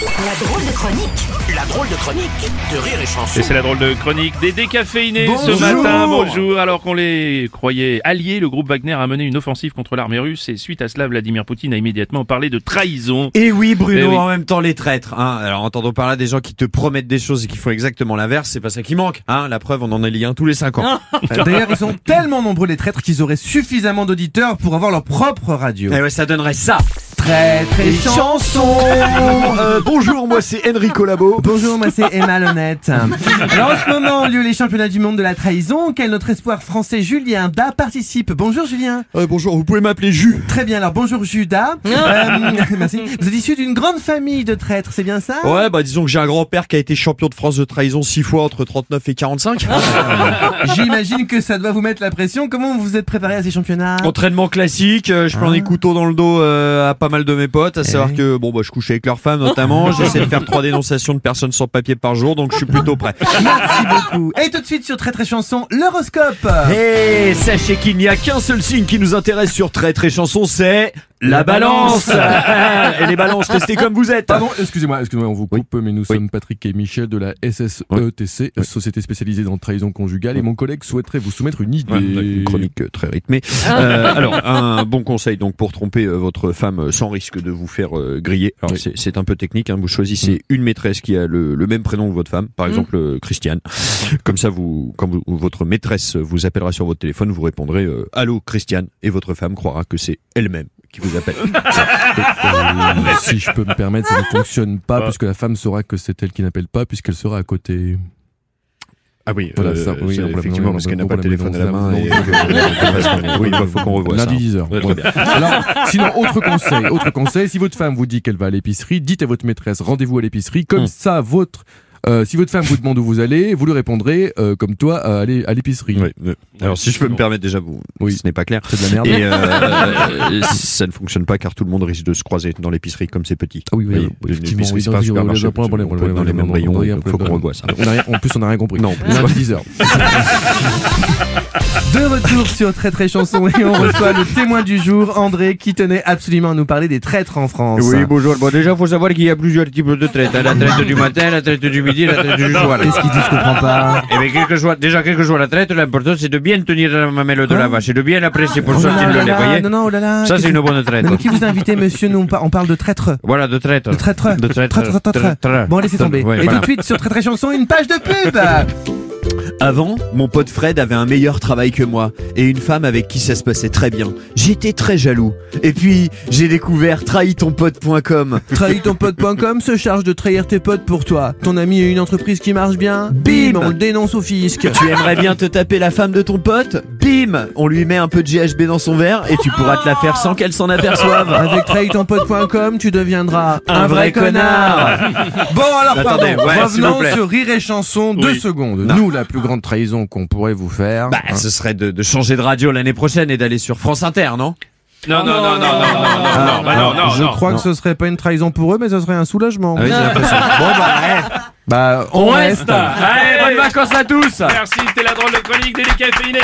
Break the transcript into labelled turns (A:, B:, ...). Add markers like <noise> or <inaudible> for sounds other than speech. A: La drôle de chronique
B: La drôle de chronique de Rire et Chanson.
C: Et c'est la drôle de chronique des décaféinés
D: Bonjour
C: ce matin. Bonjour. Alors qu'on les croyait alliés, le groupe Wagner a mené une offensive contre l'armée russe et suite à cela, Vladimir Poutine a immédiatement parlé de trahison.
D: Et oui, Bruno,
C: Eh oui.
D: en même temps, les traîtres. Hein. Alors, entendons par là des gens qui te promettent des choses et qui font exactement l'inverse, c'est pas ça qui manque. Hein. La preuve, on en élit un tous les cinq
C: Ah.
D: ans.
E: <laughs> D'ailleurs, ils sont tellement nombreux les traîtres qu'ils auraient suffisamment d'auditeurs pour avoir leur propre radio.
D: Eh ouais, ça donnerait ça.
E: Traîtres et
D: <laughs>
E: chansons Euh,
D: bonjour, moi c'est Enrico Labo.
E: Bonjour, moi c'est
D: <laughs>
E: Emma Lonnette. Alors en ce moment, ont lieu les championnats du monde de la trahison, auquel notre espoir français Julien Da participe. Bonjour Julien.
D: Euh, bonjour, vous pouvez m'appeler Jus.
E: Très bien, alors bonjour
D: <laughs>
E: Judas.
D: Ah.
E: Euh, <laughs> merci. Vous êtes issu d'une grande famille de traîtres, c'est bien ça
D: Ouais, bah disons que j'ai un grand-père qui a été champion de France de trahison six fois entre 39 et 45.
E: <laughs>
C: Ah.
E: J'imagine que ça doit vous mettre la pression. Comment vous vous êtes préparé à ces championnats
D: Entraînement classique, euh, je prends
C: Ah.
D: des couteaux dans le dos euh, à pas mal de mes potes,
C: Eh
D: à savoir que bon bah je couchais avec leurs
C: <laughs>
D: femmes notamment, j'essaie de faire trois dénonciations de personnes sans papier par jour, donc je suis plutôt prêt.
E: Merci beaucoup. Et tout de suite sur Traîtres et chansons, l'horoscope.
D: Eh Et sachez qu'il n'y a qu'un seul signe qui nous intéresse sur Très Très Chanson, c'est la <laughs> balance. Et les balances, restez comme vous êtes.
F: Pardon, excusez-moi, excusez-moi, on vous coupe, mais nous sommes Patrick et Michel de la SSETC, Société spécialisée dans trahison conjugale, et mon collègue souhaiterait vous soumettre une idée.
D: Ouais, Une chronique euh, très rythmée. Euh, alors, un bon conseil donc pour tromper euh, votre femme euh, sans risque de vous faire euh, griller. Alors,
F: Oui.
D: c'est- c'est un peu technique. hein. Vous choisissez une maîtresse qui a le, le même prénom que votre femme, par exemple euh, Christiane. Comme ça, vous, quand vous- votre maîtresse vous appellera sur votre téléphone, vous répondrez euh, Allô Christiane, et votre femme croira que c'est elle-même qui vous appelle.
F: Euh, <laughs> si je peux me permettre, ça ne fonctionne pas, puisque la femme saura que c'est elle qui n'appelle pas, puisqu'elle sera à côté.
D: Ah oui,
F: Voilà,
D: euh,
F: ça, oui,
D: c'est
F: on peut la-
D: effectivement,
F: on
D: parce
F: peut-
D: qu'elle n'a
F: on
D: pas
F: peut
D: le
F: la-
D: téléphone à la
F: on
D: main.
F: peut
D: Et,
F: la-
D: euh, oui, il faut qu'on revoie ça.
F: Lundi 10h.
D: Ouais, très bien.
F: Alors, sinon, autre conseil, autre conseil, si votre femme vous dit qu'elle va à l'épicerie, dites à votre maîtresse, rendez-vous à l'épicerie, comme
D: Hmm.
F: ça, votre... euh, si votre femme vous demande où vous allez, vous lui répondrez, euh, comme toi, à aller à l'épicerie.
D: Oui, oui. Alors, si je peux me permettre, déjà, vous,
F: Oui.
D: ce n'est pas clair.
F: C'est de la merde.
D: Et euh, <laughs> euh, ça ne fonctionne pas car tout le monde risque de se croiser dans l'épicerie comme c'est petit.
F: Ah oui, oui,
D: Vous
F: oui,
D: voyez,
F: effectivement,
D: l'épicerie,
F: oui,
D: c'est
F: dans
D: pas un
F: les-
D: supermarché,
F: dans les-
D: on peut
F: dans
D: être
F: les-
D: dans les
F: dans
D: mêmes
F: les-
D: rayons,
F: dans les-
D: il faut qu'on revoie ça.
F: On a rien- en plus, on n'a rien compris.
D: Non.
F: Lundi 10h.
E: De retour sur Traîtres et chansons et on reçoit le témoin du jour, André, qui tenait absolument à nous parler des traîtres en France.
D: bonjour. Bon, déjà, faut savoir qu'il y a plusieurs types de traites. La traite du matin, la traite du midi, la traite du soir.
E: Qu'est-ce qu'il dit, je comprends pas.
D: Et bien, quel que soit, déjà, quel que soit la traite, l'important, c'est de bien tenir la mamelle de la vache et de bien apprécier pour
E: Oh là
D: sortir
E: là
D: le lait,
E: là,
D: voyez
E: non, non, oh là là.
D: Ça, c'est
E: qu'est-ce
D: une
E: que-
D: bonne traite.
E: Non, mais qui vous a invité, monsieur Nous, on par- on parle de traître.
D: Voilà, de traite.
E: De traître.
D: De traître.
E: Traître, traître, traître.
D: Traître.
E: Bon, laissez tomber.
D: Ouais,
E: et
D: voilà.
E: tout de suite sur Traîtres et chansons, une page de
D: <laughs>
E: pub.
D: Avant, mon pote Fred avait un meilleur travail que moi et une femme avec qui ça se passait très bien. J'étais très jaloux. Et puis, j'ai découvert <laughs> trahitonpote.com.
E: Trahitonpote.com se charge de trahir tes potes pour toi. Ton ami a une entreprise qui marche bien.
D: Bim
E: On le dénonce au fisc.
D: Tu aimerais bien te taper la femme de ton pote Bim On lui met un peu de GHB dans son verre et tu pourras te la faire sans qu'elle s'en aperçoive.
E: Avec trahitonpote.com, tu deviendras
D: Un vrai connard
E: Bon alors pardon,
D: Attendez, ouais, s'il vous
E: revenons
D: plaît.
E: sur Rire et Chanson, deux
C: Oui.
E: secondes.
F: Nous, la plus grande trahison qu'on pourrait vous faire.
D: Bah, ce serait de, de changer de radio l'année prochaine et d'aller sur France Inter, non
C: Non, non, non, non, non, non, non, non, bah non, non,
E: Je
C: non.
E: crois que ce serait pas une trahison pour eux, mais ce serait un soulagement.
D: Ah oui, j'ai
E: <laughs>
D: l'impression. Bon, bah, ouais.
E: Bah, on, reste.
C: Allez,
D: Bonnes vacances à tous
C: Merci, c'était la drôle de chronique des décaféinés.